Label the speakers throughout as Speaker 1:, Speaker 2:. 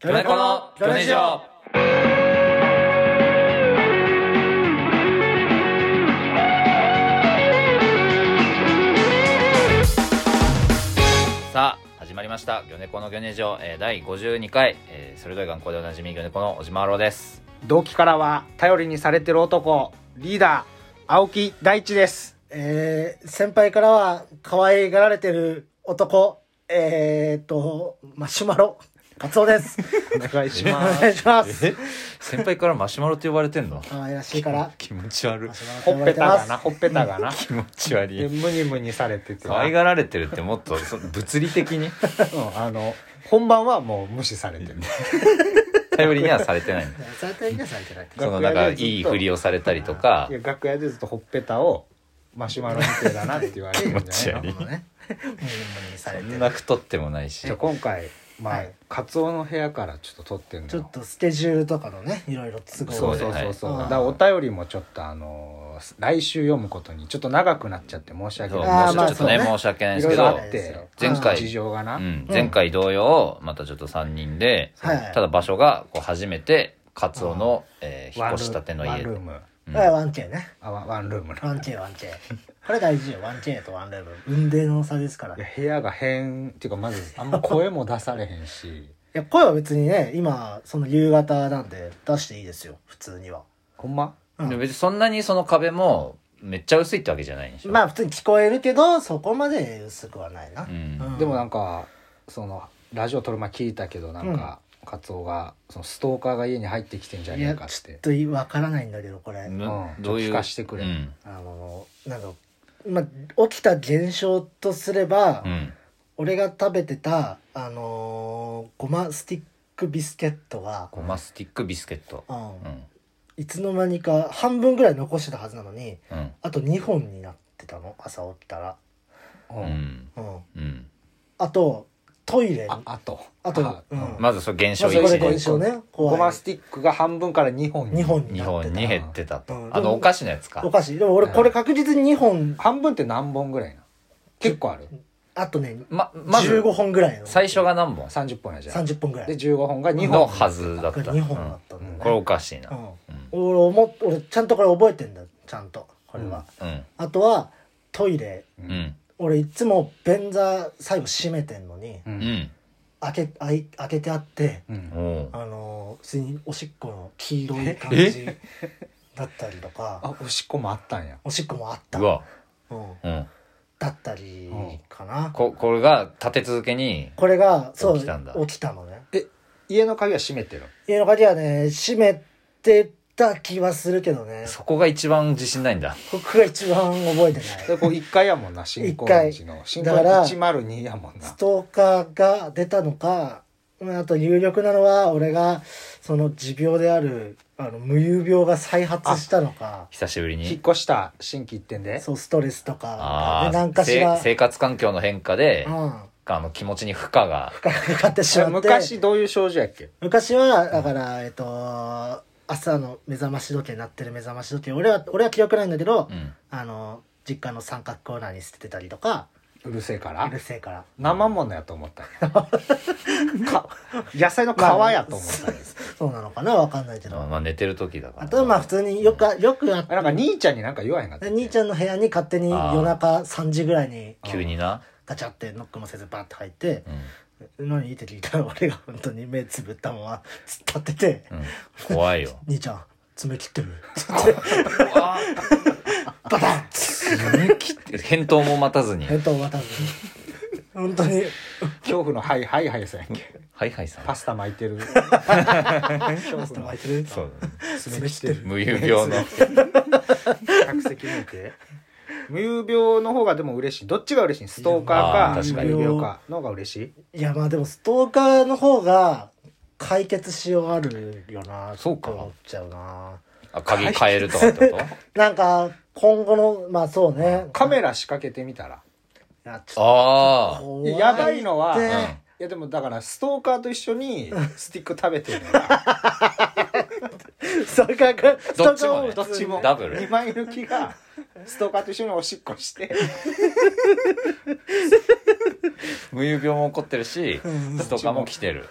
Speaker 1: キョネコのキョネジオさあ始まりました「ギョネコのギョネジオ」えー、第52回、えー、鋭い眼光でおなじみギョネコの小島アローです
Speaker 2: 同期からは頼りにされてる男リーダー青木大地です
Speaker 3: えー、先輩からは可愛がられてる男、えー、っと、マシュマロ、カツオです。
Speaker 2: お願いし
Speaker 3: お
Speaker 2: ま
Speaker 3: 願いします。
Speaker 4: え先輩からマシュマロって呼ばれてんの
Speaker 3: 可愛らしいから。
Speaker 4: 気持ち悪い
Speaker 2: ほっぺたがな
Speaker 3: な。
Speaker 2: ほっぺたがな
Speaker 4: 気持ち悪
Speaker 2: で
Speaker 4: い
Speaker 2: ムニムニされてて
Speaker 4: 可愛がられてるってもっとそ物理的に
Speaker 2: うんあの本番はもう無視されてる
Speaker 4: 頼りにはされて ないの
Speaker 3: されてるね、されてない。
Speaker 4: そのなんかいいふりをされたりとか
Speaker 2: いや楽屋でずっとほっぺたをマシュマロみてえだなって言われるんじゃないの
Speaker 4: 気持ち悪い
Speaker 3: このね、ムニムニさ
Speaker 4: そ
Speaker 3: れて
Speaker 4: ん
Speaker 3: る。
Speaker 4: な太ってもないし
Speaker 2: じゃあ今回ま
Speaker 3: は
Speaker 2: あ
Speaker 3: い
Speaker 2: カツオの部屋からちょっと撮ってんの
Speaker 3: ちょっ
Speaker 2: よ
Speaker 3: とスケジュールとかのね、いろいろ都合で
Speaker 2: そうそうそうそう
Speaker 3: はい
Speaker 2: だからお便りもちょっとあの来週読むことにちょっと長くなっちゃって申し訳
Speaker 4: そう
Speaker 2: ない
Speaker 3: あー
Speaker 4: もう
Speaker 3: まあ
Speaker 4: ちょっとね
Speaker 3: そうね
Speaker 4: 申し訳ないん
Speaker 2: い
Speaker 4: で
Speaker 2: ろ
Speaker 4: すけ
Speaker 2: いろあ
Speaker 4: ど
Speaker 2: っ
Speaker 3: はい
Speaker 2: て
Speaker 4: 前回
Speaker 2: 事情がな、
Speaker 4: うん、前回同様またちょっと3人で、
Speaker 3: はい
Speaker 4: ただ場所がこう初めてカツオの、えー引っ越したての
Speaker 2: ワン
Speaker 4: 家
Speaker 2: ルーム
Speaker 4: うん
Speaker 3: はい、1K ね。
Speaker 2: あワンワンルームの
Speaker 3: 1K、1K。これ大事よ、1K と1ルーム。運命の差ですから。
Speaker 2: いや
Speaker 3: い
Speaker 2: 部屋が変っていうかまずあんま声も出されへんし
Speaker 3: や、声は別にね、今、その夕方なんで出していいですよ、普通には。
Speaker 2: ほんま
Speaker 3: うん
Speaker 4: で別にそんなにその壁もめっちゃ薄いってわけじゃないんでしょ、
Speaker 3: まあ普通に聞こえるけどそこまで薄くはないな、
Speaker 4: うん
Speaker 3: うん
Speaker 2: でもなんかそのラジオ撮る前聞いたけどなんか、カツオがそのストーカーが家に入ってきてんじゃ
Speaker 3: い
Speaker 2: ねえ
Speaker 3: や
Speaker 2: かっ
Speaker 3: ちょ
Speaker 2: て
Speaker 3: っとわからないんだけどこれ、
Speaker 4: ぬ
Speaker 2: うん
Speaker 4: どういう
Speaker 2: 聞かしてくれ
Speaker 4: うん
Speaker 3: あのなんか、まあ、起きた現象とすれば、
Speaker 4: うん
Speaker 3: 俺が食べてたあのーごまスティックビスケットが、
Speaker 4: ゴマスティックビスケット
Speaker 3: うん
Speaker 4: うん
Speaker 3: いつの間にか半分ぐらい残してたはずなのに
Speaker 4: うん
Speaker 3: あと2本になってたの朝起きたら、
Speaker 2: う
Speaker 4: うんん
Speaker 3: うん、
Speaker 4: うん
Speaker 3: あとトイレに
Speaker 2: あ
Speaker 3: あ
Speaker 2: あと
Speaker 3: と、うん
Speaker 4: まずそれ減
Speaker 3: ま
Speaker 4: 少
Speaker 3: あ
Speaker 4: 一
Speaker 3: それ
Speaker 4: で
Speaker 3: で現象ね
Speaker 2: ゴ
Speaker 3: 怖
Speaker 2: マ
Speaker 3: い
Speaker 2: スティックが半分から2本に
Speaker 3: 2本
Speaker 4: 日
Speaker 3: になって
Speaker 4: 本
Speaker 3: た
Speaker 4: に減ってたと
Speaker 3: うん
Speaker 4: あのお菓子のやつか
Speaker 3: おかしいでも俺これ確実に2本
Speaker 2: 半分って何本ぐらいな結構ある
Speaker 3: あとね、
Speaker 4: ままず
Speaker 3: 15本ぐらいの
Speaker 4: 最初が何本
Speaker 2: 30本やじゃん
Speaker 3: 30本ぐら
Speaker 2: で
Speaker 3: い
Speaker 2: 15本が2
Speaker 4: の
Speaker 2: 本
Speaker 4: はずだった
Speaker 3: 2本
Speaker 4: うん
Speaker 3: だったん
Speaker 4: こ
Speaker 3: だ
Speaker 4: れ
Speaker 3: よ
Speaker 4: お
Speaker 3: ね、
Speaker 4: かしいな
Speaker 3: う
Speaker 4: うん
Speaker 3: ん俺思っ俺ちゃんとこれ覚えてんだよちゃんとこれは、
Speaker 4: うん
Speaker 3: あとはトイレ
Speaker 4: うん
Speaker 3: 俺いつも便座最後閉めてんのに、
Speaker 2: うん
Speaker 4: うん
Speaker 3: 開け開い開けてあって、
Speaker 2: うん
Speaker 4: おう
Speaker 3: あのー普通におしっこの黄色い感じだったりとか
Speaker 2: あおしっこもあったんや
Speaker 3: おしっこもあった
Speaker 4: うわ
Speaker 3: うん、
Speaker 4: うん
Speaker 3: だったりかな、
Speaker 4: ここれが立て続けに
Speaker 3: これがそう
Speaker 4: 起き
Speaker 3: 起き
Speaker 4: たんだ
Speaker 3: たのね
Speaker 2: え家の鍵は閉めてる
Speaker 3: 家の鍵はね閉めてた気はするけどね
Speaker 4: そこが一番自信ないんだ
Speaker 3: 僕が一番覚えて ない
Speaker 2: でこう1階やもんな新興地 の新興
Speaker 3: だから
Speaker 2: 地102やもんな
Speaker 3: ストーカーが出たのかうんあと有力なのは俺がその持病であるあの無遊病が再発したのか
Speaker 4: 久しぶり
Speaker 2: 引っ
Speaker 4: に
Speaker 2: 越した新規一点で
Speaker 3: そうストレスと
Speaker 4: あ
Speaker 3: かで
Speaker 4: あ
Speaker 3: 何かしら、うん、
Speaker 4: 生活環境の変化で
Speaker 3: か
Speaker 4: あの気持ちに負荷が
Speaker 3: かってしまって
Speaker 2: 昔どういう症状やっけ
Speaker 3: 昔はだから、えっと朝の目覚まし時計なってる目覚まし時計俺は俺は記憶ないんだけど、
Speaker 4: うん
Speaker 3: あの実家の三角コーナーに捨ててたりとか
Speaker 2: うるせえか
Speaker 3: う
Speaker 2: ら
Speaker 3: るせえから
Speaker 2: 生ものやと思ったんや か野菜の皮やと思ったんや
Speaker 3: そうなのかなわかんないけど、
Speaker 4: まあまあ寝てる時だから
Speaker 3: あとはまあ普通によくあよくあっ
Speaker 2: なんか兄ちゃんになんか言わへんかった
Speaker 3: で
Speaker 2: っけ
Speaker 3: 兄ちゃんの部屋に勝手に夜中3時ぐらいに
Speaker 4: 急にな
Speaker 3: ガチャってノックもせずバーって入って
Speaker 4: うん
Speaker 3: 「何?」って聞いたら俺が本当に目つぶったまま突っ立ってて
Speaker 4: うん怖いよ
Speaker 3: 「兄ちゃん爪切ってる」つって
Speaker 4: わ
Speaker 3: バタン
Speaker 4: あ返答も待たずに
Speaker 3: 返答渡す本当に
Speaker 2: 恐怖のはいはいはいさんやっ け
Speaker 4: ハイハイさん
Speaker 2: パスタ巻いてる
Speaker 3: マスター巻いてる
Speaker 4: そうだね
Speaker 2: 爪切ってる
Speaker 4: 無遊病 の
Speaker 2: 客席見て無遊病の方がでも嬉しいどっちが嬉しいストーカ
Speaker 4: あー
Speaker 2: ー
Speaker 4: 確
Speaker 2: か
Speaker 4: か
Speaker 2: 無
Speaker 4: に
Speaker 2: 遊病かの方が嬉しい
Speaker 3: いやまあでもストーカーの方が解決しようあるよな
Speaker 4: そうか
Speaker 3: って思っちゃうな
Speaker 4: あ鍵変えるとかってこ
Speaker 3: なんか今後のまあそうね
Speaker 2: カメラ仕掛けてみたら
Speaker 3: いやち
Speaker 4: と
Speaker 3: ょっと
Speaker 4: ああ
Speaker 3: 怖
Speaker 2: いややばいのは、
Speaker 3: って
Speaker 2: いやでもだからストーカーと一緒 にスティック食べてるのが
Speaker 3: それから
Speaker 4: どっちもね
Speaker 2: どっちも
Speaker 4: ダブル
Speaker 2: 2枚抜きがストーカーと一緒におしっこして
Speaker 4: 無遊病も起こってるし
Speaker 3: うん
Speaker 4: ストーカーも来て る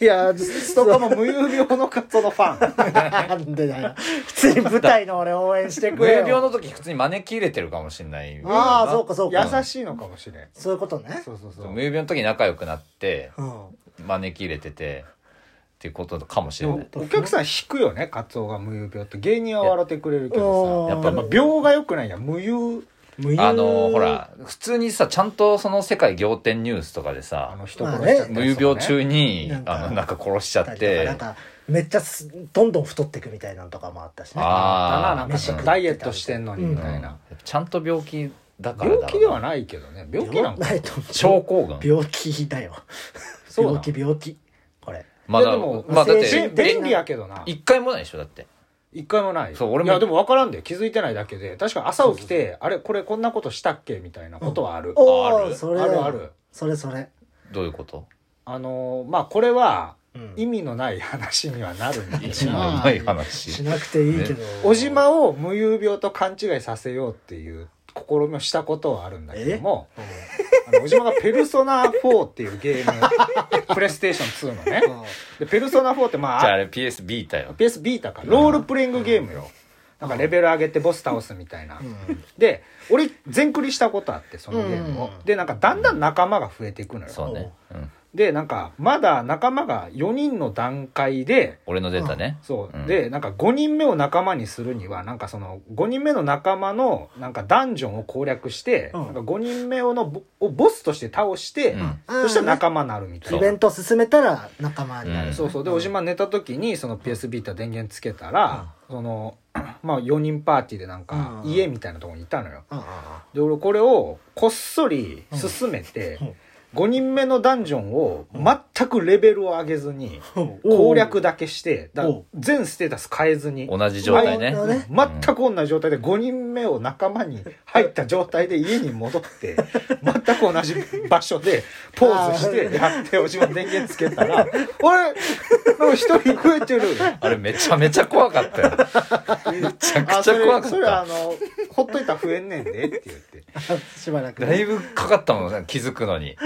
Speaker 3: いや
Speaker 2: ストーカーも無遊病のカツオのファン
Speaker 3: なんでだよ普通に舞台の俺応援してく
Speaker 4: 無
Speaker 3: れ
Speaker 4: 遊
Speaker 3: よ
Speaker 4: 病の時普通に招き入れてるかもしれない
Speaker 3: ああそうかそうか
Speaker 2: 優しいのかもしれん
Speaker 3: そういうことね
Speaker 2: そうそうそう
Speaker 4: 無遊病の時仲良くなって
Speaker 3: うん
Speaker 4: 招き入れててっていうことかもし
Speaker 2: で
Speaker 4: れ
Speaker 2: も
Speaker 4: ない
Speaker 2: お客さん引くよねカツオが無遊病って芸人は笑ってくれるけ
Speaker 3: う
Speaker 2: ど
Speaker 3: ん
Speaker 2: さやっぱまあ病が良くないや無遊
Speaker 3: 無遊
Speaker 4: あのほら普通にさちゃんとその世界仰天ニュースとかで
Speaker 2: あ
Speaker 4: さ
Speaker 2: の人殺しちゃったりとかね
Speaker 4: 無遊病中に
Speaker 3: なんか
Speaker 4: あのなんか殺しちゃっ
Speaker 3: なん
Speaker 4: て
Speaker 3: かめっちゃすどんどん太っていくみたいなのとかもあったしね
Speaker 2: あ
Speaker 4: あ
Speaker 2: あ
Speaker 4: ー
Speaker 2: なんかそのダイエットしてんのにみたいな、
Speaker 4: ちゃんと病気だからだろう
Speaker 2: 病気ではないけどね病気なんか
Speaker 3: ないと思う
Speaker 4: 症候群
Speaker 3: 病気だよ
Speaker 2: そうな
Speaker 3: 病
Speaker 2: の
Speaker 3: 気病気これ
Speaker 4: まあだ
Speaker 2: でも
Speaker 4: まあだっ
Speaker 3: 精
Speaker 4: て
Speaker 3: 神
Speaker 2: 便利やけどな
Speaker 4: 一回もないでしょだって
Speaker 2: 一回もない
Speaker 4: そう俺も
Speaker 2: いやでも分からんで気づいてないだけで確かに朝起きてあれこれこんなことしたっけみたいなことはある、
Speaker 4: あ
Speaker 3: お
Speaker 4: あ
Speaker 3: お
Speaker 4: る
Speaker 3: それ
Speaker 2: あるある
Speaker 3: それそれ
Speaker 4: どういうこと
Speaker 2: あのーまあこれは
Speaker 3: うん
Speaker 2: 意味のない話にはなるんだけ
Speaker 4: 一
Speaker 2: ど
Speaker 4: 枚
Speaker 3: ま あ
Speaker 4: ない
Speaker 3: し
Speaker 4: 話
Speaker 3: なくていいけど
Speaker 2: 小島を無遊病と勘違いさせようっていう試みをしたことはあるんだけどもあの小島が「ペルソナ4」っていうゲームプレイステーション2のねでペルソナ4ってま
Speaker 4: じゃああ
Speaker 2: あ
Speaker 4: れ PS ビータよ
Speaker 2: PS ビータかロールプレイングゲームよなんかレベル上げてボス倒すみたいな、で俺全クリしたことあってそのゲームを、
Speaker 3: うん
Speaker 2: でなんかだんだん仲間が増えていくのよ
Speaker 4: そうね、うん、
Speaker 2: でなんかまだ仲間が4人の段階で
Speaker 4: 俺の出たね
Speaker 2: そう、
Speaker 4: うん
Speaker 2: でなんか5人目を仲間にするにはなんかその5人目の仲間のなんかダンジョンを攻略して、
Speaker 3: うん
Speaker 2: なんか5人目をのボをボスとして倒して、
Speaker 4: うん
Speaker 2: そしたら仲間になるみた
Speaker 3: イ
Speaker 2: い
Speaker 3: ベ
Speaker 2: な。
Speaker 3: ント進めたら仲間に
Speaker 4: う
Speaker 3: なる
Speaker 4: ん
Speaker 2: そうそうで小島寝た時にその PS ビータ電源つけたら、その まあ4人パーティーでなんか
Speaker 3: うん
Speaker 2: 家みたいなとこにいたのよ、
Speaker 3: うんうんうん
Speaker 2: で俺これをこっそり進めて、
Speaker 3: うん
Speaker 2: 5人目のダンジョンを全くレベルを上げずに攻略だけしてだ
Speaker 3: おう
Speaker 2: 全ステータス変えずに
Speaker 4: 同じ状態
Speaker 3: な
Speaker 4: ね
Speaker 3: るほどね
Speaker 2: 全く同じ状態で5人目を仲間に入った状態で家に戻って全く同じ場所でポーズしてやっておしま電源つけたら「あれなんか一人増えてる」
Speaker 4: あれめちゃめちゃ怖かったよめちゃ
Speaker 2: あ
Speaker 4: くち
Speaker 2: そ
Speaker 4: ゃ
Speaker 2: れ
Speaker 4: 怖かっ
Speaker 2: それあ
Speaker 4: た
Speaker 2: のほっといたら増えんねんでって言って、
Speaker 3: しばらくね
Speaker 4: だいぶかかったもん気づくのに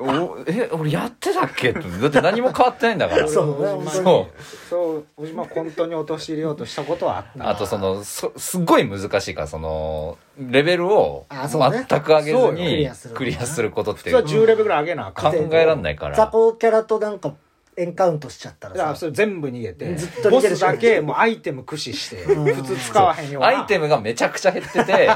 Speaker 4: おえ俺やってたっけってだって何も変わってないんだから
Speaker 3: そう
Speaker 2: 俺も小島に
Speaker 4: そ
Speaker 2: そう小島本当に陥れようとしたことはあった
Speaker 4: あとそのそすっごい難しいからそのレベルを
Speaker 3: あそうね
Speaker 4: 全く上げず
Speaker 2: そうよク
Speaker 3: リア
Speaker 4: に
Speaker 3: する
Speaker 4: クリアすることっ
Speaker 2: 普
Speaker 4: て
Speaker 2: 通は10レベルぐらい上げなあか
Speaker 4: 考
Speaker 2: ん
Speaker 4: えらんないか
Speaker 3: 雑
Speaker 4: ら
Speaker 3: 魚キャラとなんかエンカウントしちゃったら
Speaker 2: だから
Speaker 3: さ
Speaker 2: それ全部逃げて
Speaker 3: ずっと逃
Speaker 2: ボ
Speaker 3: げる
Speaker 2: ス
Speaker 3: しかない
Speaker 2: だけもうアイテム駆使して
Speaker 3: うん
Speaker 2: 普通使わへんような
Speaker 4: アイテ
Speaker 2: ム
Speaker 4: ムがめちゃくちゃ減ってて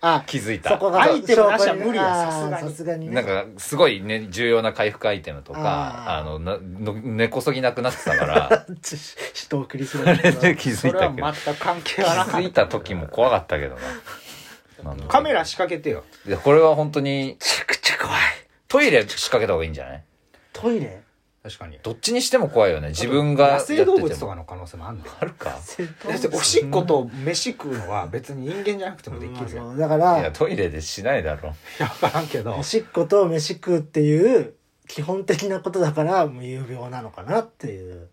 Speaker 3: あ
Speaker 4: 気づい
Speaker 3: そ
Speaker 4: た
Speaker 3: こが
Speaker 2: アイテムなしは無理や
Speaker 3: 証拠にね
Speaker 2: さ
Speaker 3: あーさ
Speaker 2: す
Speaker 3: すがにね
Speaker 4: なんかすごいね重要な回復アイテムとか
Speaker 3: あー
Speaker 4: あのなの根こそぎなくなってたから
Speaker 3: 人を送りする
Speaker 4: あれで 気づ
Speaker 2: そ
Speaker 4: い
Speaker 2: れ
Speaker 4: た
Speaker 2: は
Speaker 4: けど
Speaker 2: 全く関係
Speaker 4: 気
Speaker 2: はなか
Speaker 4: づ
Speaker 2: っ
Speaker 4: いた時も怖かった けどななんだ
Speaker 2: たカメラ仕掛けてよ
Speaker 4: いやこれは本当に
Speaker 3: めちゃくちゃ怖い
Speaker 4: トイレ仕掛けた方がいいんじゃない
Speaker 3: トイレ
Speaker 2: 確かに
Speaker 4: どっちにしても怖いよね自分が
Speaker 2: 野
Speaker 4: やっ
Speaker 2: 生
Speaker 4: てて
Speaker 2: 動物とか
Speaker 4: も
Speaker 2: の可能性もあんだよ
Speaker 4: あるか
Speaker 2: だっておしっこと飯食うのは別に人間じゃなくてもできる
Speaker 3: まあ
Speaker 2: よ
Speaker 3: そうだか
Speaker 4: いや
Speaker 3: ら
Speaker 4: トイレでしないだろ
Speaker 2: いや分からんけど
Speaker 3: おしっこと飯食うっていう基本的なことだから無有病なのかなっていう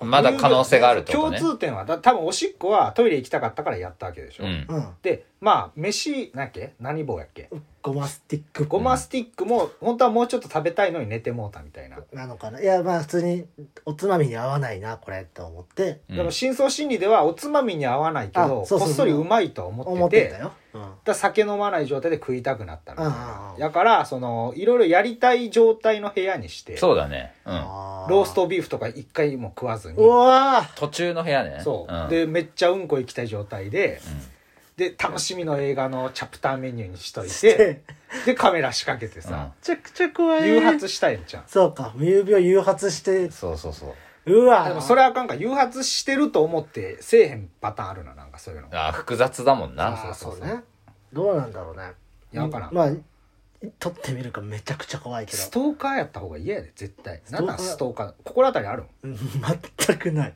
Speaker 4: まだ可能性があるってことね
Speaker 2: 共通点はだ多分おしっこはトイレ行きたかったからやったわけでしょ、
Speaker 4: うん
Speaker 3: うん
Speaker 2: でまあ飯何やっけ何棒やっけ
Speaker 3: ゴマスティック
Speaker 2: ごまスティックも本当はもうちょっと食べたいのに寝てもうたみたいな、
Speaker 3: なのかないやまあ普通におつまみに合わないなこれと思って
Speaker 4: う
Speaker 2: だから
Speaker 4: ん
Speaker 2: 深層心理ではおつまみに合わないけど
Speaker 3: あそうそうそう
Speaker 2: こっそりうまいとは思ってて
Speaker 3: 思ってたよ、うん、あ
Speaker 2: だから酒飲まない状態で食いたくなったみたい
Speaker 3: うんうんう
Speaker 2: なんだからそのいろいろやりたい状態の部屋にして
Speaker 4: そうだねうん
Speaker 3: あ
Speaker 2: ローストビーフとか一回も食わずに
Speaker 3: うわー
Speaker 4: 途中の部屋ね
Speaker 2: そう、
Speaker 4: ん
Speaker 2: でめっちゃうんこ行きたい状態で
Speaker 4: うん
Speaker 2: で楽しみの映画のチャプターメニューにしといて
Speaker 3: で
Speaker 2: でカメラ仕掛けてさ、
Speaker 3: めちゃくちゃ怖い
Speaker 2: 誘発したいんじゃん
Speaker 3: そうか無有病誘発して
Speaker 4: そうそうそう
Speaker 3: うわ
Speaker 2: でもそれはあかんか誘発してると思ってせえへんパターンあるななんかそういうの
Speaker 4: あー複雑だもんな
Speaker 2: そう
Speaker 3: そうねどうなんだろうね
Speaker 2: いやわからん
Speaker 3: まあ撮ってみるかめちゃくちゃ怖いけど
Speaker 2: ストーカーやった方が嫌やで絶対
Speaker 3: ストー
Speaker 2: な
Speaker 3: カー
Speaker 2: んなんストーカー心当たりあるん、
Speaker 3: うん全くない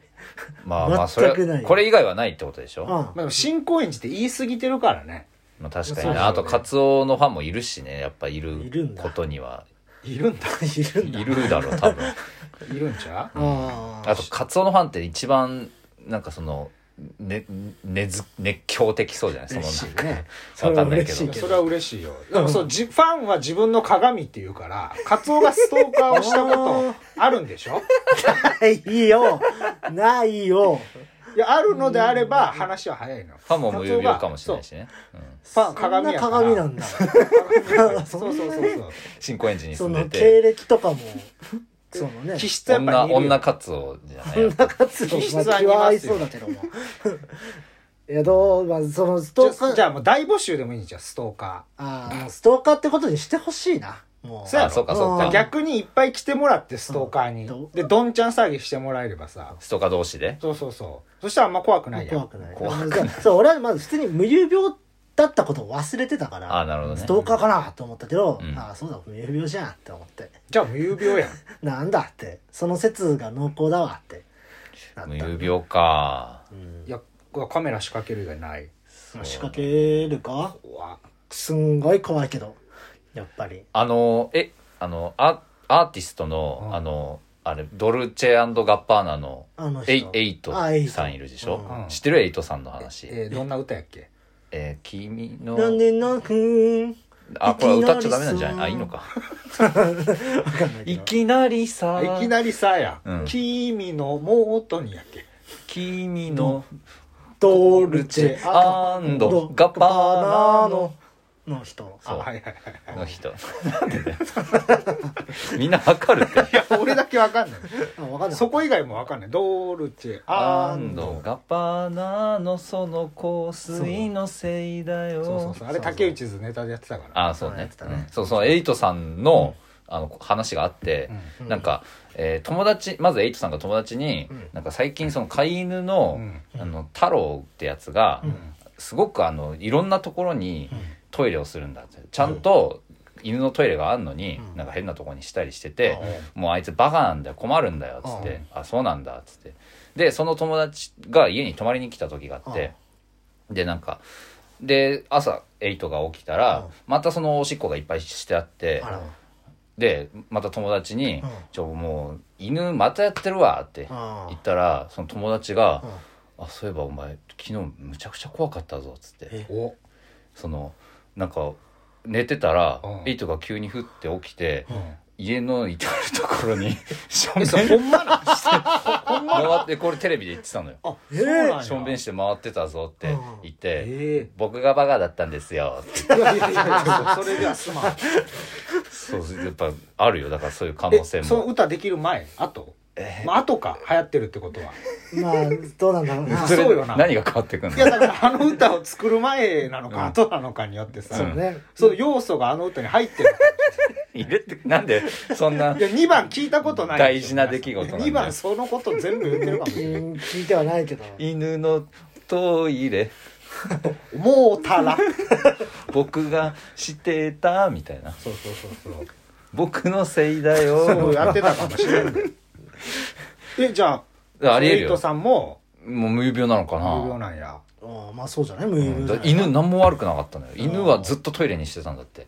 Speaker 4: まあまあそれ
Speaker 3: 全くない
Speaker 4: これ以外はないってことでし
Speaker 3: うん
Speaker 4: ょ
Speaker 2: まあ、でも新高円寺って言い過ぎてるからね
Speaker 4: まあ
Speaker 2: そう
Speaker 4: 確かに
Speaker 2: そう
Speaker 4: ねあとカツオのファンもいるしねやっぱい
Speaker 3: いるん
Speaker 4: る
Speaker 3: だ
Speaker 4: ことにはい
Speaker 2: るんだ
Speaker 3: いるんだ
Speaker 4: いるだろう 多分
Speaker 2: いるんちゃう
Speaker 3: あ
Speaker 4: あとカツオのファンって一番なんかそのね、ねず、熱狂的そうじゃないその
Speaker 3: 嬉し
Speaker 4: なん
Speaker 3: い
Speaker 4: か。
Speaker 3: ねそ
Speaker 4: わ
Speaker 3: れ
Speaker 4: か
Speaker 3: は
Speaker 4: んない
Speaker 3: 嬉
Speaker 4: け
Speaker 3: しい
Speaker 4: ど。
Speaker 3: け
Speaker 2: そ
Speaker 3: ど
Speaker 2: れは嬉しいよでもそうじファンは自分の鏡っていうからカツオがストーカーをしたことあるんでしょ
Speaker 3: ないよないよ
Speaker 2: いやあるのであれば話は早いの
Speaker 4: ファンも無遊病かもしれないしね。うん
Speaker 2: ファン鏡や
Speaker 3: そ
Speaker 2: か
Speaker 3: ん
Speaker 2: ら
Speaker 3: な鏡なんだ
Speaker 2: 鏡 そうそうそうそう
Speaker 4: 新高円寺に
Speaker 3: そ
Speaker 4: 住んで
Speaker 3: の
Speaker 4: て、
Speaker 3: 経歴とかもそのね
Speaker 2: 気質やっぱ
Speaker 4: 女、
Speaker 2: り似るよ
Speaker 4: 女カツオじゃない
Speaker 3: そんな活動
Speaker 2: 気質
Speaker 3: ま
Speaker 2: は似
Speaker 3: あ気は
Speaker 2: ま
Speaker 3: 合
Speaker 2: すよ
Speaker 3: いそうだけどもいやどうまあそのストー
Speaker 2: じ
Speaker 3: カ
Speaker 2: ゃ
Speaker 3: ー
Speaker 2: じゃあもう大募集でもいいじゃんストーカ
Speaker 3: あーストーカーってことにしてほしいなもう
Speaker 2: そうやろ
Speaker 4: あ、そうかそう
Speaker 2: ー
Speaker 3: うん
Speaker 4: か。
Speaker 2: 逆にいっぱい来てもらってストーカーに、
Speaker 3: うん
Speaker 2: でどんちゃん騒ぎしてもらえればさ
Speaker 4: ストーカー同士で。
Speaker 2: そうそうそうそしたらあんま怖くないやん
Speaker 3: 怖くない
Speaker 4: 怖
Speaker 3: そう俺はまず普通に無流病だったことを忘れてたから
Speaker 4: ああ、なるほどね
Speaker 3: ス。トーカーかなと思ったけど、
Speaker 4: うん
Speaker 3: ああそうだ無病じゃんって思って
Speaker 2: じゃあ無遊病やん
Speaker 3: なんだってその説が濃厚だわってなった
Speaker 4: 無遊病か。
Speaker 3: うん
Speaker 2: いやこれカメラ仕掛ける以外ない
Speaker 3: まあ仕掛けるか
Speaker 2: うわ
Speaker 3: すんごい怖いけどやっぱり
Speaker 4: あの、え、あの、アアーティスト
Speaker 2: う
Speaker 4: の、
Speaker 2: ん
Speaker 4: あの、あれ、ドルチェガッパーナの、
Speaker 3: あの人
Speaker 4: エイエイト
Speaker 3: あエイト
Speaker 4: さんいるでしょ
Speaker 2: うん
Speaker 4: 知ってるエイトさんの話。
Speaker 2: えーどんな歌やっけ
Speaker 4: えー、君の、
Speaker 3: なんでなんく
Speaker 4: あ、これは歌っちゃダメなんじゃ
Speaker 3: いき
Speaker 4: な
Speaker 3: ない
Speaker 4: あ、い
Speaker 3: り
Speaker 4: い
Speaker 3: さ
Speaker 4: のか。
Speaker 3: わかんないけ
Speaker 4: い
Speaker 3: ど
Speaker 4: きなりさ、
Speaker 2: いきなりさや、
Speaker 4: うん
Speaker 2: 君のもとにやっけ
Speaker 4: 君の、
Speaker 3: ド
Speaker 4: ル
Speaker 3: ルチ
Speaker 4: チェ
Speaker 3: ェ
Speaker 4: アンドガッパーナの
Speaker 3: の人
Speaker 2: あ
Speaker 4: そう
Speaker 2: はいはいはい
Speaker 4: の人。 みんなわかるって。
Speaker 2: いや俺だけわかんない
Speaker 3: あわかん ない
Speaker 2: そこ以外もわかんないドルチェ
Speaker 4: ア
Speaker 2: ア
Speaker 4: ン
Speaker 2: ン
Speaker 4: ド
Speaker 2: ド
Speaker 4: ガパナのその香水のせいだよ。
Speaker 2: そうそうそうあれ
Speaker 3: そうそう
Speaker 2: 竹内図ネタでやってたから
Speaker 4: ああ、そう
Speaker 3: やっ
Speaker 4: ね
Speaker 3: て。たね
Speaker 4: うんそうそう、エイトさんの、あの、話があって、
Speaker 3: うん
Speaker 4: なんか、えー友達、まずエイトさんが友達に、
Speaker 3: うん
Speaker 4: なんか最近その飼い犬
Speaker 2: う
Speaker 4: の、
Speaker 2: ん
Speaker 4: あの、太郎ってやつが、
Speaker 3: うん
Speaker 4: すごくあのいろんなところにトイレをするんだってちゃんと犬のトイレがあるのに、
Speaker 3: うん
Speaker 4: なんか変なとこにしたりしてて、もうあいつバカなんだよ困るんだよっつって、あそうなんだっつってでその友達が家に泊まりに来た時があって、でなんかで朝エイトが起きたら、
Speaker 3: うん
Speaker 4: またそのおしっこがいっぱいしてあって
Speaker 3: あら
Speaker 4: でまた友達に「
Speaker 3: うん
Speaker 4: ちょもう犬またやってるわ」って
Speaker 3: あ
Speaker 4: 言ったらその友達が
Speaker 3: あ
Speaker 4: 「あそういえばお前昨日むちゃくちゃ怖かったぞ」っつって。
Speaker 3: え
Speaker 2: お
Speaker 4: そのなんか寝てたら、
Speaker 2: うん
Speaker 4: エイトが急に降って起きて、
Speaker 2: うん
Speaker 4: 家の至るところにしょんべ
Speaker 2: え
Speaker 4: ん
Speaker 2: それほんまなん
Speaker 4: 回ってこれテレビで言ってたのよ
Speaker 2: あ
Speaker 3: えー
Speaker 2: そうなんや
Speaker 4: しょんべんして回ってたぞって言って、
Speaker 2: え
Speaker 4: 僕がバカだったんですよって
Speaker 2: えいやいやいやそれではすまん
Speaker 4: そうやっぱあるよだからそういう可能性
Speaker 2: えその
Speaker 4: も
Speaker 2: 歌できる前後まあ後か流行ってるってことは
Speaker 3: まあどうなんだろうな
Speaker 2: それそうよな
Speaker 4: 何が変わってくる
Speaker 2: いや
Speaker 4: の
Speaker 2: だからあの歌を作る前なのか後なのかによってさ、
Speaker 4: うん
Speaker 3: そうね
Speaker 2: その要素があの歌に入ってるか
Speaker 4: 入れてなんでそんな
Speaker 2: らいや2番聞いたことない
Speaker 4: 大事な出来事なんだよ
Speaker 2: 2番そのこと全部言ってるかもしれない
Speaker 3: うん聞いてはないけど
Speaker 4: 犬のトイレ
Speaker 2: もうたら
Speaker 4: 僕がしてたみたいな
Speaker 2: そうそうそうそう
Speaker 4: 僕のせいだ
Speaker 2: そう
Speaker 4: よ
Speaker 2: やってたかもしれないえじゃあ
Speaker 4: ありえる
Speaker 2: エイ
Speaker 4: よ
Speaker 2: トさんも
Speaker 4: もう無病なのか
Speaker 2: 有
Speaker 4: な
Speaker 2: 病なんや
Speaker 3: ああまあそうじゃない無
Speaker 4: うん
Speaker 3: 有
Speaker 4: だ
Speaker 3: 病
Speaker 4: 犬何も悪くなかったのよ犬はずっとトイレにしてたんだって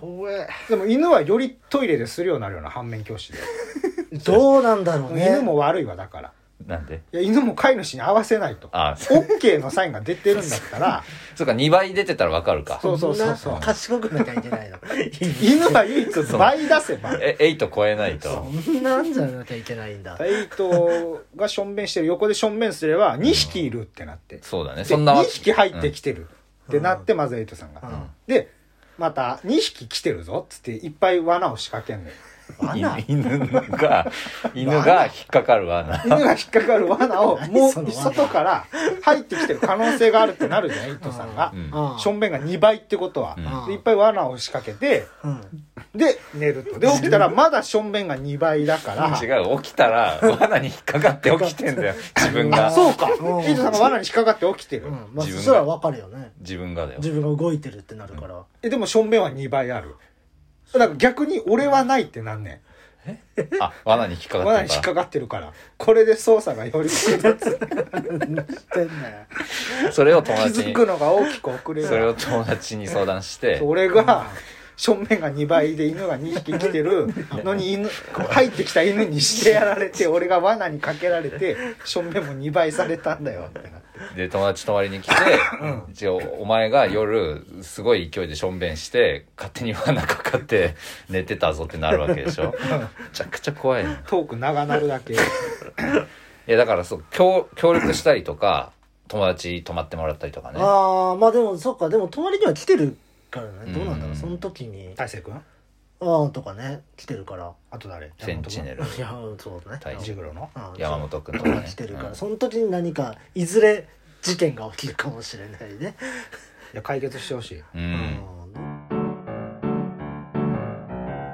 Speaker 3: 怖え
Speaker 2: でも犬はよりトイレでするようになるような反面教師で
Speaker 3: どうなんだろうね
Speaker 2: 犬も悪いわだから
Speaker 4: なんで
Speaker 2: いや犬も飼い主に合わせないと
Speaker 4: あ
Speaker 2: OK のサインが出てるんだった ら
Speaker 4: そうか2倍出てたらわかるか
Speaker 2: そうそうそうそうん
Speaker 3: な賢くなきゃいけないの
Speaker 2: 犬は唯一倍出せば
Speaker 4: え8超えないと
Speaker 3: そんなんじゃなきゃいけないんだ
Speaker 2: イトがしょんべんしてる横でしょんべんすれば2匹いるってなって
Speaker 4: そうだねそんな
Speaker 2: 2
Speaker 4: わ
Speaker 2: 匹入ってきてるってなってまずエイトさん
Speaker 3: う
Speaker 2: が
Speaker 3: ん
Speaker 2: でまた2匹来てるぞっつっていっぱい罠を仕掛けんのよ
Speaker 3: 罠
Speaker 4: 犬犬が犬が引っかかる罠
Speaker 2: 犬が引っかかる罠 をも
Speaker 3: 何その
Speaker 2: う
Speaker 3: 罠
Speaker 2: 外から入ってきてる可能性があるってなるじゃんエイトさんが
Speaker 4: う。ん
Speaker 3: ああ
Speaker 2: しょんべんが2倍ってことは、
Speaker 4: うん
Speaker 2: でいっぱい罠を仕掛けて
Speaker 3: うん
Speaker 2: で寝るとで起きたらまだしょんべんが2倍だから
Speaker 4: 違う起きたら罠に引っかかって起きてんだよ自分
Speaker 2: あ
Speaker 4: が
Speaker 2: そうか
Speaker 3: うん
Speaker 2: エイトさんが罠に引っかかって起きてる、
Speaker 3: うんまあ
Speaker 4: 自分が
Speaker 3: それはわかるよね
Speaker 4: 自分がだよ
Speaker 3: 自分が動いてるってなるから
Speaker 2: えでもしょんべんは2倍あるだから逆に俺はないってなんね
Speaker 4: あ罠に引っか
Speaker 2: ん
Speaker 4: か
Speaker 2: 罠
Speaker 4: っ
Speaker 2: に
Speaker 4: て
Speaker 2: 引っ
Speaker 4: るか
Speaker 2: かかってるからこれで操作がより 複雑
Speaker 3: してんね
Speaker 4: らそれを友
Speaker 2: 気
Speaker 4: 達
Speaker 2: づ
Speaker 4: に
Speaker 2: くのが大きく遅れる
Speaker 4: それを友達に相談して
Speaker 2: そう俺がしょんべんが2倍で犬が2匹来てるのに犬こう入ってきた犬にしてやられて俺が罠にかけられてしょんべんも2倍されたんだよってなって
Speaker 4: で友達泊まりに来て、
Speaker 3: うん
Speaker 4: 一応お前が夜すごい勢いでしょんべんして勝手に罠かかって寝てたぞってなるわけでしょめちゃくちゃ怖いな
Speaker 2: トーク長なるだけ。
Speaker 4: いやだからそう協協力したりとか友達泊まってもらったりとかね
Speaker 3: ああまあでもそっかでも泊まりには来てるから
Speaker 4: う
Speaker 3: ね
Speaker 4: ん
Speaker 3: どうなんだろうその時に「あ
Speaker 2: 大成君
Speaker 3: あ」とかね来てるから
Speaker 2: あと誰
Speaker 4: センチネ
Speaker 2: ル。
Speaker 4: ル
Speaker 3: いやそうだね
Speaker 4: 大
Speaker 2: ジグロの
Speaker 3: ああ
Speaker 4: 山本君と
Speaker 3: そ
Speaker 4: か
Speaker 3: う
Speaker 4: ね
Speaker 3: 来てるから、
Speaker 4: うん
Speaker 3: その時に何かいずれ事件が起きるかもしれないね
Speaker 2: いや、解決してほしい。
Speaker 4: うん
Speaker 3: うん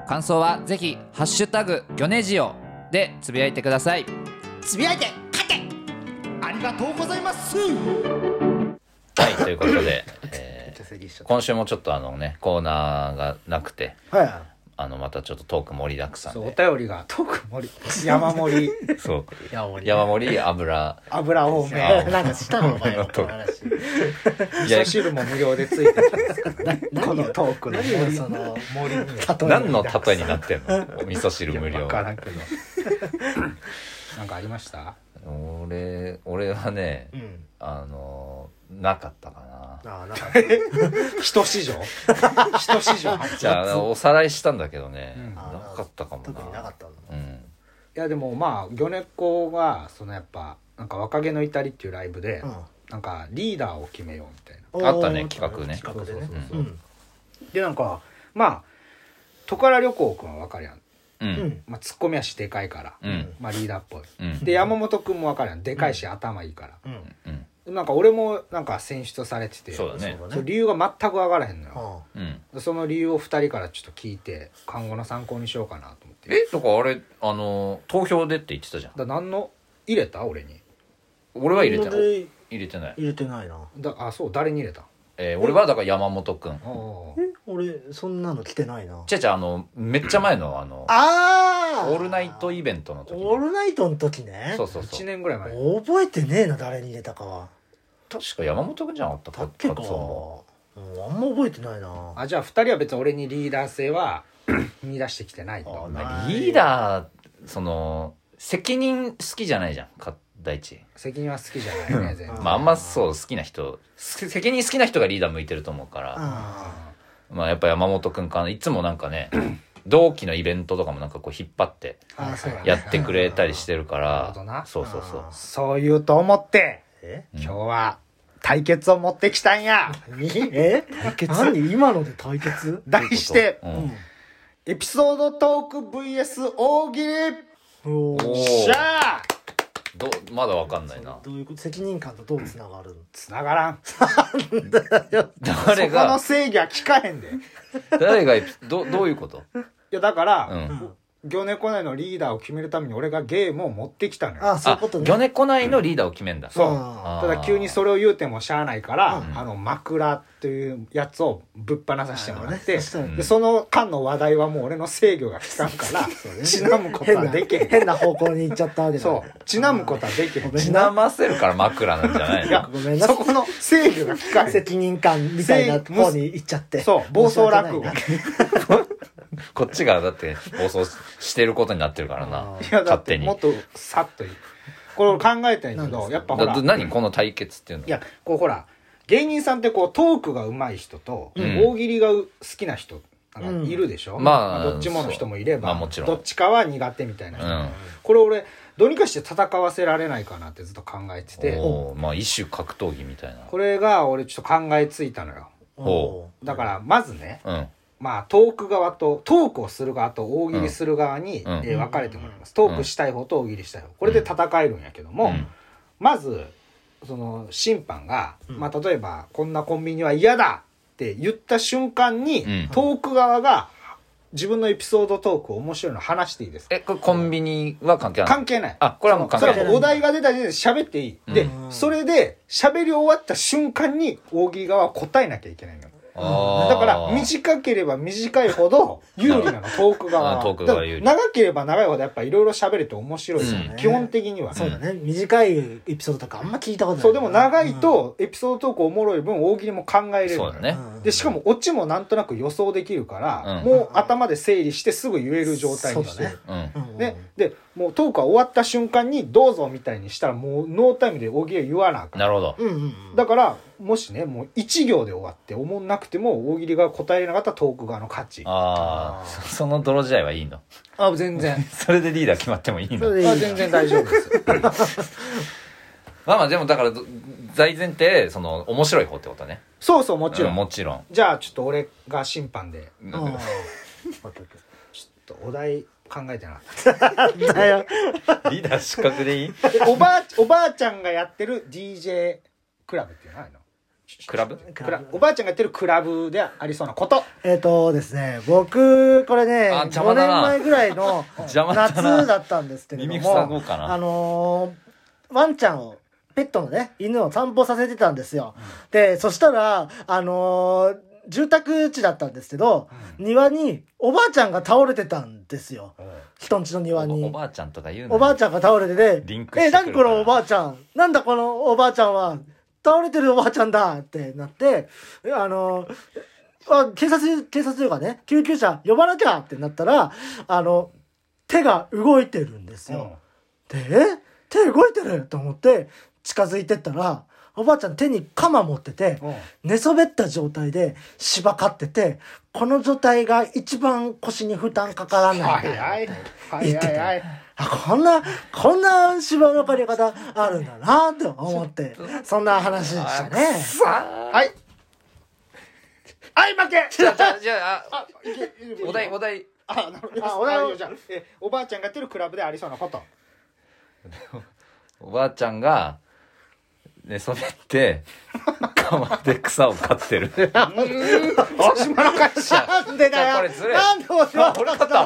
Speaker 5: 感想はぜひハッシュタグギョネジオでつぶやいてください
Speaker 3: つぶやいて勝てありがとうございます
Speaker 4: はいということで、え
Speaker 2: じゃあ、正義しちゃ
Speaker 4: ー
Speaker 2: っ
Speaker 4: 今週もちょっとあのねコーナーがなくて
Speaker 3: は
Speaker 4: あのまたちょっとトーク盛りだくさ
Speaker 2: た。
Speaker 4: ん
Speaker 2: そう、お
Speaker 4: で
Speaker 2: 便りが、トーク盛り、山盛り、
Speaker 4: そう
Speaker 3: いや俺
Speaker 4: 山盛り油
Speaker 2: 油多
Speaker 4: あ
Speaker 2: め、
Speaker 3: なんかしたのかよこの
Speaker 4: い
Speaker 3: 話
Speaker 2: 味
Speaker 4: や
Speaker 2: 噌汁も無料でついてきますから、このトークの
Speaker 3: 何
Speaker 2: 盛
Speaker 3: を
Speaker 2: り
Speaker 3: その
Speaker 2: 盛りに。
Speaker 3: 例え
Speaker 4: 何の例えになってんのお味噌汁無
Speaker 2: いや
Speaker 4: 料
Speaker 2: わからんけど。 なんかありました
Speaker 4: 俺俺はね
Speaker 3: うん
Speaker 4: あのなかったか
Speaker 3: ああなんか
Speaker 2: 人史 上人史上
Speaker 4: なじゃああのおさらいしたんだけどね、
Speaker 2: うん
Speaker 4: なかったかもな
Speaker 3: 特になかったの
Speaker 4: うん
Speaker 2: いやでもまあ魚猫はそのやっぱなんか若気の至りっていうライブで、なんかリーダーを決めようみたいな
Speaker 3: うん
Speaker 4: あったね企画ね
Speaker 3: 企画でね
Speaker 2: そうそう
Speaker 4: そ
Speaker 3: うん
Speaker 2: でなんかまあトカラ旅行くんは分かるやん、
Speaker 4: う
Speaker 3: うんん
Speaker 2: まあ、ツッコミはしでかいから、
Speaker 4: うん
Speaker 2: まあリーダーっぽい
Speaker 4: うん
Speaker 2: で山本君も分かるやんでかいし、頭いいから
Speaker 3: うん
Speaker 4: うん
Speaker 2: でなんか俺もなんか選出されてて
Speaker 4: そうだね
Speaker 3: そうだ
Speaker 2: そう
Speaker 3: ね
Speaker 2: 理由が全く分からへんのよ、
Speaker 3: あ
Speaker 4: うん
Speaker 2: その理由を2人からちょっと聞いて今後の参考にしようかなと思って
Speaker 4: えだからあれあの投票でって言ってたじゃん
Speaker 2: だ何の入れた俺に
Speaker 4: 俺は入れてな
Speaker 3: な
Speaker 4: い
Speaker 3: 入
Speaker 4: 入れてない、
Speaker 3: れてないな
Speaker 2: だあそう誰に入れた
Speaker 4: えー俺はだから山本くん
Speaker 2: ああ
Speaker 3: え俺そんなの来てないな
Speaker 4: ちゃちゃあのめっちゃ前のあの
Speaker 3: ああ
Speaker 4: オールナイトイベントの時
Speaker 3: オールナイトの時ね
Speaker 4: そうそうそ
Speaker 2: 1
Speaker 4: う
Speaker 2: 年ぐらい前
Speaker 3: 覚えてねえな誰に入れたかは
Speaker 4: 確か山本くんじゃなかった
Speaker 3: だ
Speaker 4: か
Speaker 3: っけか
Speaker 4: カツオも
Speaker 3: うんあんま覚えてないな
Speaker 2: あじゃあ2人は別に俺にリーダー性は 見出してきてない
Speaker 3: あ
Speaker 2: と
Speaker 3: な
Speaker 4: リーダーその責任好きじゃないじゃんか大地
Speaker 2: 責任は好きじゃないね全然、
Speaker 3: うん
Speaker 4: まああんまそう好きな人せ責任好きな人がリーダー向いてると思うから
Speaker 3: あ
Speaker 4: まあやっぱ山本くんかないつもなんかね 同期のイベントとかもなんかこう引っ張って
Speaker 3: あそうだね
Speaker 4: やってくれたりしてる か
Speaker 2: なるほどな
Speaker 4: らそうそうそう
Speaker 3: あ
Speaker 2: そういうと思って
Speaker 3: え
Speaker 2: 今日は対決を持ってきたんや
Speaker 3: 何え対決何今ので対決
Speaker 2: 題して
Speaker 4: うん
Speaker 3: うん
Speaker 2: エピソードトーク VS 大喜利
Speaker 3: おー
Speaker 4: お
Speaker 2: し
Speaker 4: ー
Speaker 2: ゃあ
Speaker 4: どうまだわかんないな
Speaker 3: どういうこと責任感とどうつながるの
Speaker 2: つながらん
Speaker 4: 誰
Speaker 2: そこの
Speaker 4: が
Speaker 2: 正義は聞かへんでい
Speaker 4: 誰がエピどどういうこと
Speaker 2: やだから、
Speaker 4: うん
Speaker 2: 魚猫内のリーダーを決めるために俺がゲームを持ってきたのよ
Speaker 3: あそういうこと
Speaker 4: あ魚
Speaker 3: ね
Speaker 4: 猫内のリーダーを決めんだ
Speaker 2: そう
Speaker 4: ー
Speaker 3: あ
Speaker 2: ただ急にそれを言うてもしゃあないから、あの枕というやつをぶっ放させてもらって、
Speaker 3: あそうね
Speaker 2: でその間の話題はもう俺の制御が効かんから、ちなむこと
Speaker 3: 変
Speaker 2: は
Speaker 3: な
Speaker 2: できへん
Speaker 3: 変な方向に行っちゃったわけだ
Speaker 2: そうちなむことはできへん
Speaker 3: ごめ
Speaker 4: ち
Speaker 3: ん
Speaker 4: な
Speaker 3: な
Speaker 4: ませるから枕なんじゃな
Speaker 2: い
Speaker 4: いの
Speaker 2: や
Speaker 3: ごめんな
Speaker 2: そこの制御が効かへん
Speaker 3: 責任感みたいな方に行っちゃって
Speaker 2: そう暴走落語
Speaker 3: 申し訳ないな
Speaker 4: こっちがだって放送してることになってるから
Speaker 3: あ
Speaker 4: な
Speaker 2: やだっ
Speaker 4: 勝
Speaker 2: て
Speaker 4: 手に
Speaker 2: もっとさっと言うこれ俺考えたんやけ
Speaker 3: なんです
Speaker 2: ど
Speaker 3: か
Speaker 2: やっぱほ
Speaker 4: だ
Speaker 2: ら
Speaker 4: ど
Speaker 2: い
Speaker 4: 何この対決っていうの
Speaker 2: やこうほら芸人さんってこうトークが上手い人と、
Speaker 4: うん
Speaker 2: 大喜利が好きな人なんかいるでしょ、
Speaker 4: うんまあ
Speaker 2: どっちもの人もいれば、
Speaker 4: まあもちろん
Speaker 2: どっちかは苦手みたいな人
Speaker 4: うん
Speaker 2: これ俺どうにかして戦わせられないかなってずっと考えてて
Speaker 4: おーまあ一種格闘技みたいな
Speaker 2: これが俺ちょっと考えついたのよ
Speaker 4: ほ
Speaker 2: だからまずね
Speaker 4: うん
Speaker 2: まあトーク側とトークをする側と大喜利する側に、
Speaker 4: うん
Speaker 2: えー分かれてもらいますトークしたい方と大喜利したい方これで戦えるんやけども、
Speaker 4: うん
Speaker 2: まずその審判が、
Speaker 3: ん
Speaker 2: まあ、例えば「こんなコンビニは嫌だ!」って言った瞬間に、
Speaker 4: うん
Speaker 2: トーク側が自分のエピソードトークを面白いの話していいです
Speaker 4: えこれコンビニは関係ない
Speaker 2: 関係ない
Speaker 4: あこれはもう関
Speaker 2: そ
Speaker 4: 係
Speaker 2: れ
Speaker 4: ない
Speaker 2: はもうお題が出た時点で喋っていい、
Speaker 4: うん
Speaker 2: で
Speaker 3: うん
Speaker 2: それで喋り終わった瞬間に大喜利側は答えなきゃいけないのよ
Speaker 4: あー
Speaker 2: だから短ければ短いほど有利なのトーク側
Speaker 4: あ
Speaker 2: は
Speaker 4: ートーク側有利
Speaker 2: だから長ければ長いほどやっぱいろいろ喋れて面白いし、
Speaker 4: そう
Speaker 3: ね
Speaker 2: 基本的には、
Speaker 3: そうだね短いエピソードとかあんま聞いたことない
Speaker 2: そうでも長いとエピソードトークおもろい分大喜利も考えれるのよ
Speaker 4: そうだね
Speaker 3: うん
Speaker 2: でしかもオチもなんとなく予想できるから、
Speaker 4: うん
Speaker 2: もう頭で整理してすぐ言える状態にして
Speaker 3: そうだ
Speaker 2: る
Speaker 3: ね
Speaker 4: うん
Speaker 3: うん
Speaker 2: ね、でもうトークは終わった瞬間にどうぞみたいにしたらもうノータイムで大喜利は言わなあかん
Speaker 4: なるほど。
Speaker 3: うんうんうん
Speaker 2: だからもしねもう1行で終わって思んなくても大喜利が答えれなかったらトーク側の勝ち
Speaker 4: ああ、そその泥試合はいいの。
Speaker 2: あ全然
Speaker 4: それでリーダー決まってもいい
Speaker 3: そ
Speaker 4: の。
Speaker 3: れでいい
Speaker 2: あ
Speaker 3: じ
Speaker 2: 全
Speaker 3: ゃん
Speaker 2: 然大丈夫ですよ
Speaker 4: まあまあ、でもだから、ど大前提、その、面白い方ってことね。
Speaker 2: そうそうもちろ、
Speaker 4: うんもちろん。
Speaker 2: じゃあちょっと俺が審判で
Speaker 3: うん
Speaker 2: ちょっとお題考えてな
Speaker 3: なんだよ
Speaker 4: リーダー失格で いい
Speaker 2: おばあおばあちゃんがやってる DJ クラブっていうのないの
Speaker 4: クラブ
Speaker 2: クラおばあちゃんがやってるクラブでありそうなこと
Speaker 3: えっとですね、僕、これね、
Speaker 4: あ邪
Speaker 3: 5
Speaker 4: 魔だ
Speaker 3: 年
Speaker 4: な
Speaker 3: 前ぐらいの
Speaker 4: 邪魔だな
Speaker 3: 夏だったんですけれど
Speaker 4: 耳塞ご
Speaker 3: も
Speaker 4: う、か
Speaker 3: あ
Speaker 4: な。
Speaker 3: のーワンちゃんを、ペットのね、犬を散歩させてたんですよ。で、そしたら、あのー住宅地だったんですけど、庭におばあちゃんが倒れてたんですよ。人んちの庭
Speaker 4: お
Speaker 3: に
Speaker 4: お。ばあちゃんとか言うの
Speaker 3: おばあちゃんが倒れてて、
Speaker 4: リンクして
Speaker 3: え、
Speaker 4: くる
Speaker 3: 何このおばあちゃんなんだこのおばあちゃんは倒れてるおばあちゃんだってなって、えあの、あ警察、警察というかね、救急車呼ばなきゃってなったら、あの、手が動いてるんですよ。で、え手動いてると思って近づいてったら、おばあちゃん手に鎌持ってて、
Speaker 2: うん
Speaker 3: 寝そべった状態で芝かってて、この状態が一番腰に負担かからないんだよ。
Speaker 2: 早い
Speaker 3: 言って
Speaker 2: 早
Speaker 3: た
Speaker 2: い早い
Speaker 3: あこんな、こんな芝の借り方あるんだなと思って、そんな話でしたね。
Speaker 2: はいはい負け
Speaker 4: じゃあ、じゃあじゃあ、
Speaker 2: あいけいいよいいよ
Speaker 4: お題、お題。
Speaker 2: あなるほど
Speaker 3: あ
Speaker 2: あ
Speaker 3: お
Speaker 2: お
Speaker 3: 題を
Speaker 2: 題じゃあえおばあちゃんがやってるクラブでありそうなこと
Speaker 4: おばあちゃんが、寝そべって、釜で草を刈ってる。
Speaker 2: 島の会社
Speaker 3: なんで
Speaker 4: じ
Speaker 3: だ
Speaker 4: ゃあこ
Speaker 3: よ
Speaker 4: れずれ
Speaker 3: なんで俺
Speaker 4: あ
Speaker 3: は
Speaker 4: 俺勝った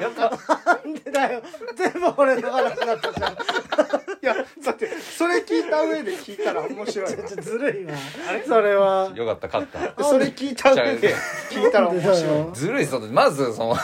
Speaker 4: やった
Speaker 3: なんでだよ全部俺の話だったじゃん。
Speaker 2: いやだってそれ聞いた上で聞いたら面白い
Speaker 3: ちょっとずるいわ。それは。
Speaker 4: よかった、勝った。
Speaker 2: それ聞いた上で聞いたら面
Speaker 3: なんでだ
Speaker 2: 白い
Speaker 3: よ
Speaker 4: ずるいそのまずその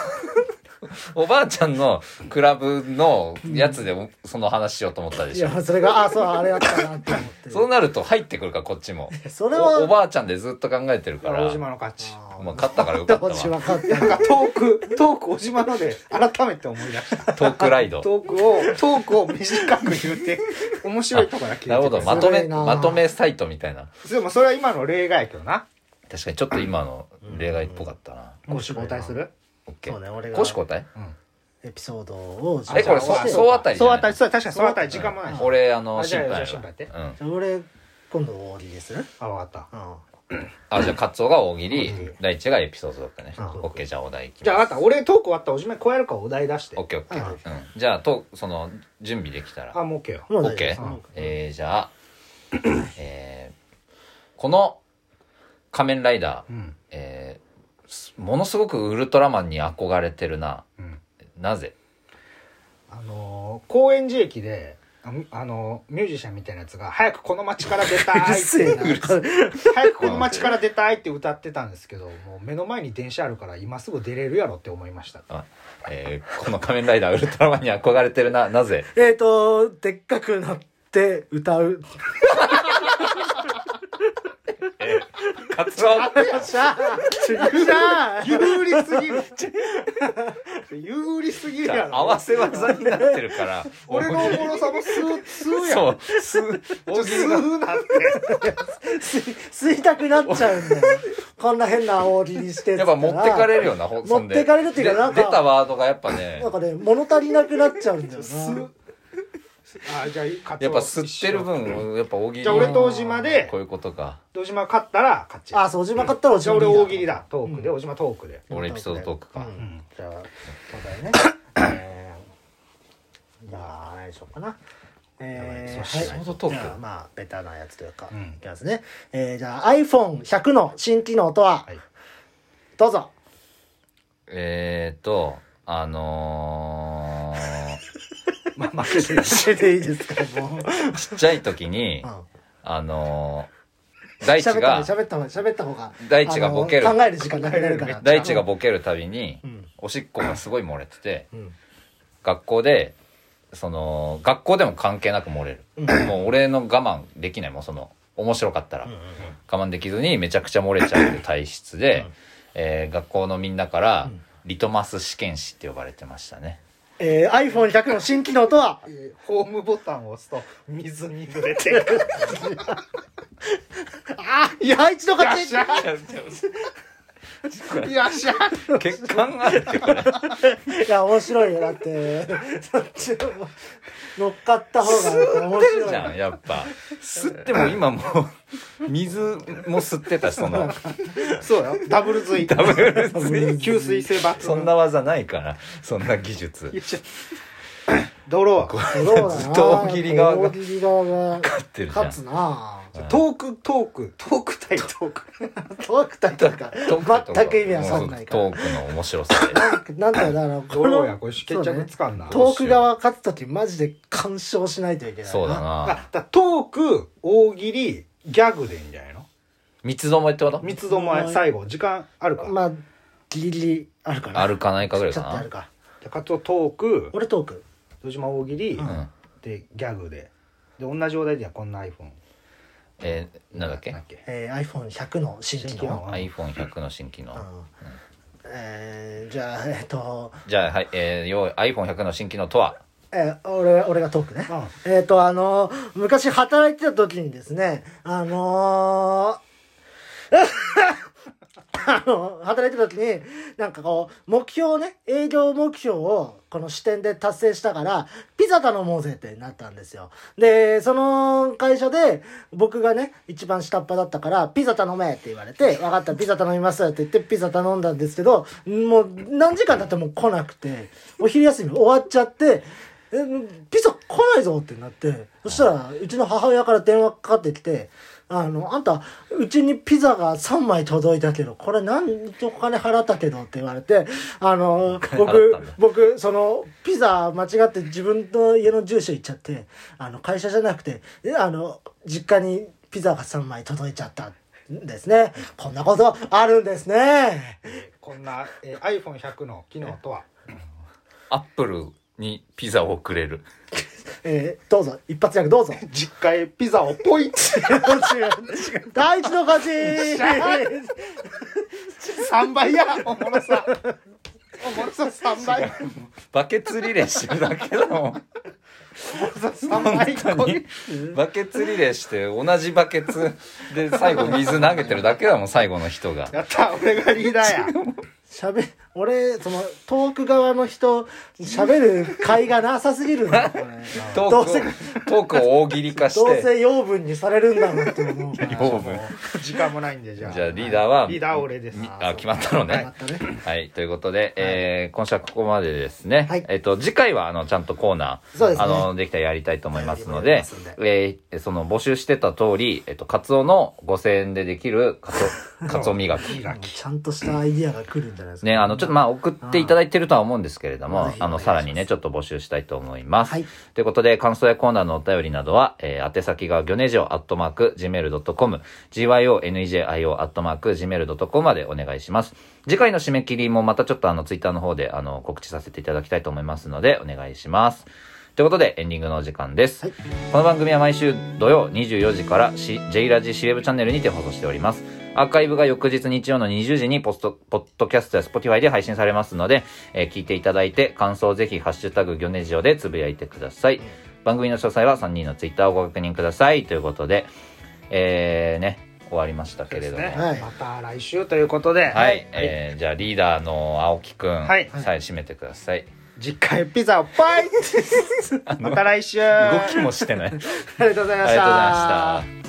Speaker 4: おばあちゃんのクラブのやつでもその話しようと思ったで
Speaker 3: い
Speaker 4: しょ、
Speaker 3: や、それが、あ、そう、あれだったなって思って。
Speaker 4: そうなると入ってくるからこっちも
Speaker 3: それは
Speaker 4: おおばあちゃんでずっと考えてるから
Speaker 2: 大島の勝ち
Speaker 3: あー
Speaker 4: まあ、勝ったからよかった
Speaker 3: どっち
Speaker 4: わ
Speaker 3: 分かっ
Speaker 2: な
Speaker 3: た
Speaker 2: んかトークトークお島ので改めて思い出した
Speaker 4: トークライド
Speaker 2: トークをトークを短く言うて面白いとこだけ
Speaker 4: な
Speaker 2: 言う
Speaker 4: るほ
Speaker 2: て
Speaker 4: どまと
Speaker 3: ずる
Speaker 4: め
Speaker 3: いな
Speaker 4: まとめサイトみたいな
Speaker 2: でもそれは今の例外やけどな
Speaker 4: 確かにちょっと今の例外っぽかったな
Speaker 2: ご主交代する
Speaker 4: オッケ
Speaker 3: そうね、
Speaker 4: ー
Speaker 3: 俺が
Speaker 4: 公私交代
Speaker 3: エピソードを。
Speaker 4: えこれそうそうあたりじ
Speaker 2: そ
Speaker 4: ゃ
Speaker 2: う
Speaker 4: ない
Speaker 2: あたりそう確かにそうあたり時間もないし
Speaker 4: 俺あの
Speaker 2: あじ
Speaker 4: 審
Speaker 2: ゃあ
Speaker 4: 判や
Speaker 2: じゃあ審判やって
Speaker 4: わうん
Speaker 3: じゃあ俺、今度終わりでする
Speaker 2: あわかった
Speaker 3: うん。
Speaker 4: あじゃあカツオが大喜利大地がエピソードだったね
Speaker 3: うん
Speaker 4: オッケーじゃあお題いきます
Speaker 2: じゃあ分かった俺トーク終わったらおしまい加えるからお題出して
Speaker 4: オッケーオッケー、
Speaker 3: う
Speaker 4: うんんじゃあとその準備できたら
Speaker 2: あもう OK よ
Speaker 3: もう
Speaker 4: オ
Speaker 3: 大
Speaker 4: ッ
Speaker 3: 丈
Speaker 4: ケ
Speaker 3: 夫
Speaker 4: ーえー、じゃあ、 えー、この仮面ライダ
Speaker 2: う
Speaker 4: ー、
Speaker 2: ん
Speaker 4: えーすものすごくウルトラマンに憧れてるな。
Speaker 2: うん
Speaker 4: なぜ
Speaker 2: あのー高円寺駅でああのーミュージシャンみたいなやつが「早くこの街から出たい」
Speaker 3: うるせえな
Speaker 2: 早くこの街から出たい」って歌ってたんです けどもう目の前に電車あるから今すぐ出れるやろって思いました
Speaker 4: あえー、この仮面ライダーウルトラマンに憧れてるな。なぜ
Speaker 3: えっ、ー、と、でっかくなって歌う。
Speaker 4: カツオ
Speaker 3: よっしゃーよっしゃー
Speaker 2: 有利すぎる有利すぎるやろ
Speaker 4: 合わせ技になってる から、
Speaker 2: 俺のおもろさもスースーや
Speaker 4: そ
Speaker 2: ん
Speaker 4: う、す、大喜
Speaker 2: ス
Speaker 4: 利が
Speaker 2: ーなって
Speaker 3: 吸いたくなっちゃうんだよ。こんな変な大喜利して
Speaker 4: やっぱ持ってかれるよな、ほそんで
Speaker 3: 持ってかれるっていうか
Speaker 4: で
Speaker 3: なんか
Speaker 4: 出たワードがやっぱね
Speaker 3: なん、かね、物足りなくなっちゃうんだよ
Speaker 2: スー
Speaker 3: な。
Speaker 2: あじゃあカツオ
Speaker 4: やっぱ吸ってる分、やっぱ大喜利
Speaker 2: じゃあ俺と小島で
Speaker 4: こういうことか。
Speaker 2: 堂島勝ったら勝ち
Speaker 3: あ、そう、おじまかったらおじ
Speaker 2: じゃあ
Speaker 3: ま
Speaker 2: 俺大喜利。だトークで小島トークで
Speaker 4: 俺エピソードトークか。
Speaker 3: うんじゃあ、そうだよね。えーじゃあ、あれでしょうかな。え
Speaker 2: そうし
Speaker 3: ー、
Speaker 4: ないと
Speaker 3: はい。
Speaker 4: ソフトトーク
Speaker 3: じゃあまあ、ベタなやつというか、
Speaker 2: うん
Speaker 3: いきますね。えー、じゃあ iPhone100 の新機能とは、
Speaker 2: はい
Speaker 3: どう ぞ。
Speaker 4: えーと、あの
Speaker 2: まあ負けてるし
Speaker 3: 教えていいですか、 もう。
Speaker 4: ー、ちっちゃい時に
Speaker 3: う、ん
Speaker 4: あのー、大地
Speaker 3: 喋った
Speaker 4: が、
Speaker 3: 喋った方が喋った方が
Speaker 4: 大地がボケる
Speaker 3: あの考える時間なくなるから
Speaker 4: 大地がボケるたびに
Speaker 3: うん、
Speaker 4: おしっこがすごい漏れてて、
Speaker 3: うん
Speaker 4: 学校で、その、学校でも関係なく漏れる。もう俺の我慢できないもん、その、面白かったら。我慢できずにめちゃくちゃ漏れちゃうっていう体質で、えー学校のみんなから、リトマス試験紙って呼ばれてましたね。
Speaker 3: えー、iPhone100 の新機能とは、
Speaker 2: えーホームボタンを押すと水に濡れていく
Speaker 3: あいや、一度勝ち
Speaker 2: よっしゃ
Speaker 4: 血管があるってこれ
Speaker 3: いや、面白いよ。だって、そっちのも乗っかった方が面白い。
Speaker 4: じゃんやっぱ吸っても今もう水も吸ってたしその
Speaker 2: そうよダブル水ダブル水吸水性バッ
Speaker 4: そんな技ないからそんな技術
Speaker 2: ドロ
Speaker 4: こ
Speaker 2: ー
Speaker 4: れずっと大喜利側が
Speaker 3: 大喜利側が
Speaker 4: 勝ってるじゃん
Speaker 3: 勝つな
Speaker 2: トークトークトーク対トーク
Speaker 3: トークタイトルか全く意味わかんないから
Speaker 4: もうトークの面白さで
Speaker 3: なんだよだから
Speaker 2: ド
Speaker 3: こ
Speaker 2: ローや
Speaker 3: の
Speaker 2: これ決着つかんな、
Speaker 4: そうね
Speaker 3: トーク側勝つ時マジで干渉しないといけない
Speaker 4: そうだな
Speaker 2: あだトーク大喜利ギャグでいいんじゃないの
Speaker 4: 三つどもえってこと
Speaker 2: 三つどもえ最後時間あるか、
Speaker 3: まあギリギリあるかな
Speaker 4: あるかないかぐらい
Speaker 3: ち
Speaker 4: か
Speaker 3: ょっとある
Speaker 4: な
Speaker 3: か
Speaker 2: で加藤トーク
Speaker 3: 俺トーク
Speaker 2: 豊島大喜利、
Speaker 4: うん
Speaker 2: でギャグでで同じお題ではこんな iPhone
Speaker 4: えーなんだっけ
Speaker 2: なんだっけ
Speaker 3: えー iPhone100 の新機
Speaker 2: 新機
Speaker 3: 能
Speaker 2: 能
Speaker 4: iPhone100 の新機能
Speaker 3: うんえーじゃあえっと
Speaker 4: じゃあはいえー用意 iPhone100 の新機能とは
Speaker 3: えー俺俺がトークねえっ、と、あのー昔働いてた時にですね、あのー あの働いてた時に、なんかこう、目標をね、営業目標を、この支店で達成したから、ピザ頼もうぜってなったんですよ。で、その会社で、僕がね、一番下っ端だったから、ピザ頼めって言われて、分かった、ピザ頼みますって言って、ピザ頼んだんですけど、もう何時間経っても来なくて、お昼休み終わっちゃって、えピザ来ないぞってなってそしたらうちの母親から電話かかってきて「あのあんたうちにピザが3枚届いたけどこれ何お金払ったけど」って言われてあの
Speaker 4: 払
Speaker 3: 僕
Speaker 4: ったんだ
Speaker 3: 僕そのピザ間違って自分の家の住所行っちゃってあの会社じゃなくてえあの実家にピザが3枚届いちゃったんですねこんなことあるんですね
Speaker 2: こんな、えー、iPhone100 の機能とは
Speaker 4: アップルにピザをくれる
Speaker 3: えーどうぞ一発役ど うぞ
Speaker 2: 実家へピザをポイって
Speaker 3: 第一 の勝ち
Speaker 2: 3倍やおもろさおもろさ3倍
Speaker 4: バケツリレーしてるだけだもん
Speaker 2: おもろさ3倍
Speaker 4: 本当にバケツリレーして同じバケツで最後水投げてるだけだもん最後の人が
Speaker 2: やった俺がリーダーや
Speaker 3: しゃべ俺その遠く側の人しゃべる甲斐がなさすぎるんだよこれ
Speaker 4: トー
Speaker 3: どう
Speaker 4: ク
Speaker 3: せ
Speaker 4: をトークを大喜利化し
Speaker 3: どう
Speaker 4: て
Speaker 3: せ養分にされるんだもんって思うから
Speaker 4: 養分
Speaker 2: 時間もないんでじゃあ
Speaker 4: じゃあリーダーは
Speaker 2: リーダー俺です
Speaker 4: みあ決まったのね
Speaker 3: またね
Speaker 4: はい、ということで、えー今週はここまでですね。
Speaker 3: はい
Speaker 4: えっ、と、次回は、あの、ちゃんとコーナー、
Speaker 3: そうですね
Speaker 4: あの、できたらやりたいと思いますの
Speaker 3: やり
Speaker 4: で
Speaker 3: ますんで、
Speaker 4: えーその、募集してた通り、えっ、と、カツオの5000円でできる、カツオ、カツオ磨き。
Speaker 3: ちゃんとしたアイディアが来るんじゃないですか
Speaker 4: ね、あの、ちょっとまあ、送っていただいてるとは思うんですけれど
Speaker 3: うん
Speaker 4: も
Speaker 3: ぜ、ひ
Speaker 4: あの、さらにね、ちょっと募集したいと思います。
Speaker 3: はい
Speaker 4: ということで、感想やコーナーのお便りなどは、えー宛先が、ギョネジオアットマーク、gmail.com、gyonejio アットマーク、gmail.com までお願いします。次回の締め切りもまたちょっとあの、ツイッターの方で、あの、告知させていただきたいと思いますので、お願いします。ということで、エンディングのお時間です。
Speaker 3: はい
Speaker 4: この番組は毎週土曜24時からし J ラジシレブチャンネルにて放送しております。アーカイブが翌日日曜の20時にポスト、ポッドキャストや Spotify で配信されますので、えー聞いていただいて感想をぜひハッシュタグギョネジオでつぶやいてください。番組の詳細は3人の Twitter をご確認ください。ということで、えー、ね、終わりましたけれども。
Speaker 2: そうです
Speaker 4: はい、
Speaker 2: ね
Speaker 3: はい
Speaker 2: また来週ということで、
Speaker 4: えーじゃあリーダーの青木くん、
Speaker 2: はい
Speaker 4: さえ締めてください。
Speaker 2: 実家へピザをパイってまた来週
Speaker 4: 動きもしてない。ありがとう
Speaker 2: ありがとうござい
Speaker 4: ご
Speaker 2: ま
Speaker 4: ざ
Speaker 2: し
Speaker 4: い
Speaker 2: た
Speaker 4: ました。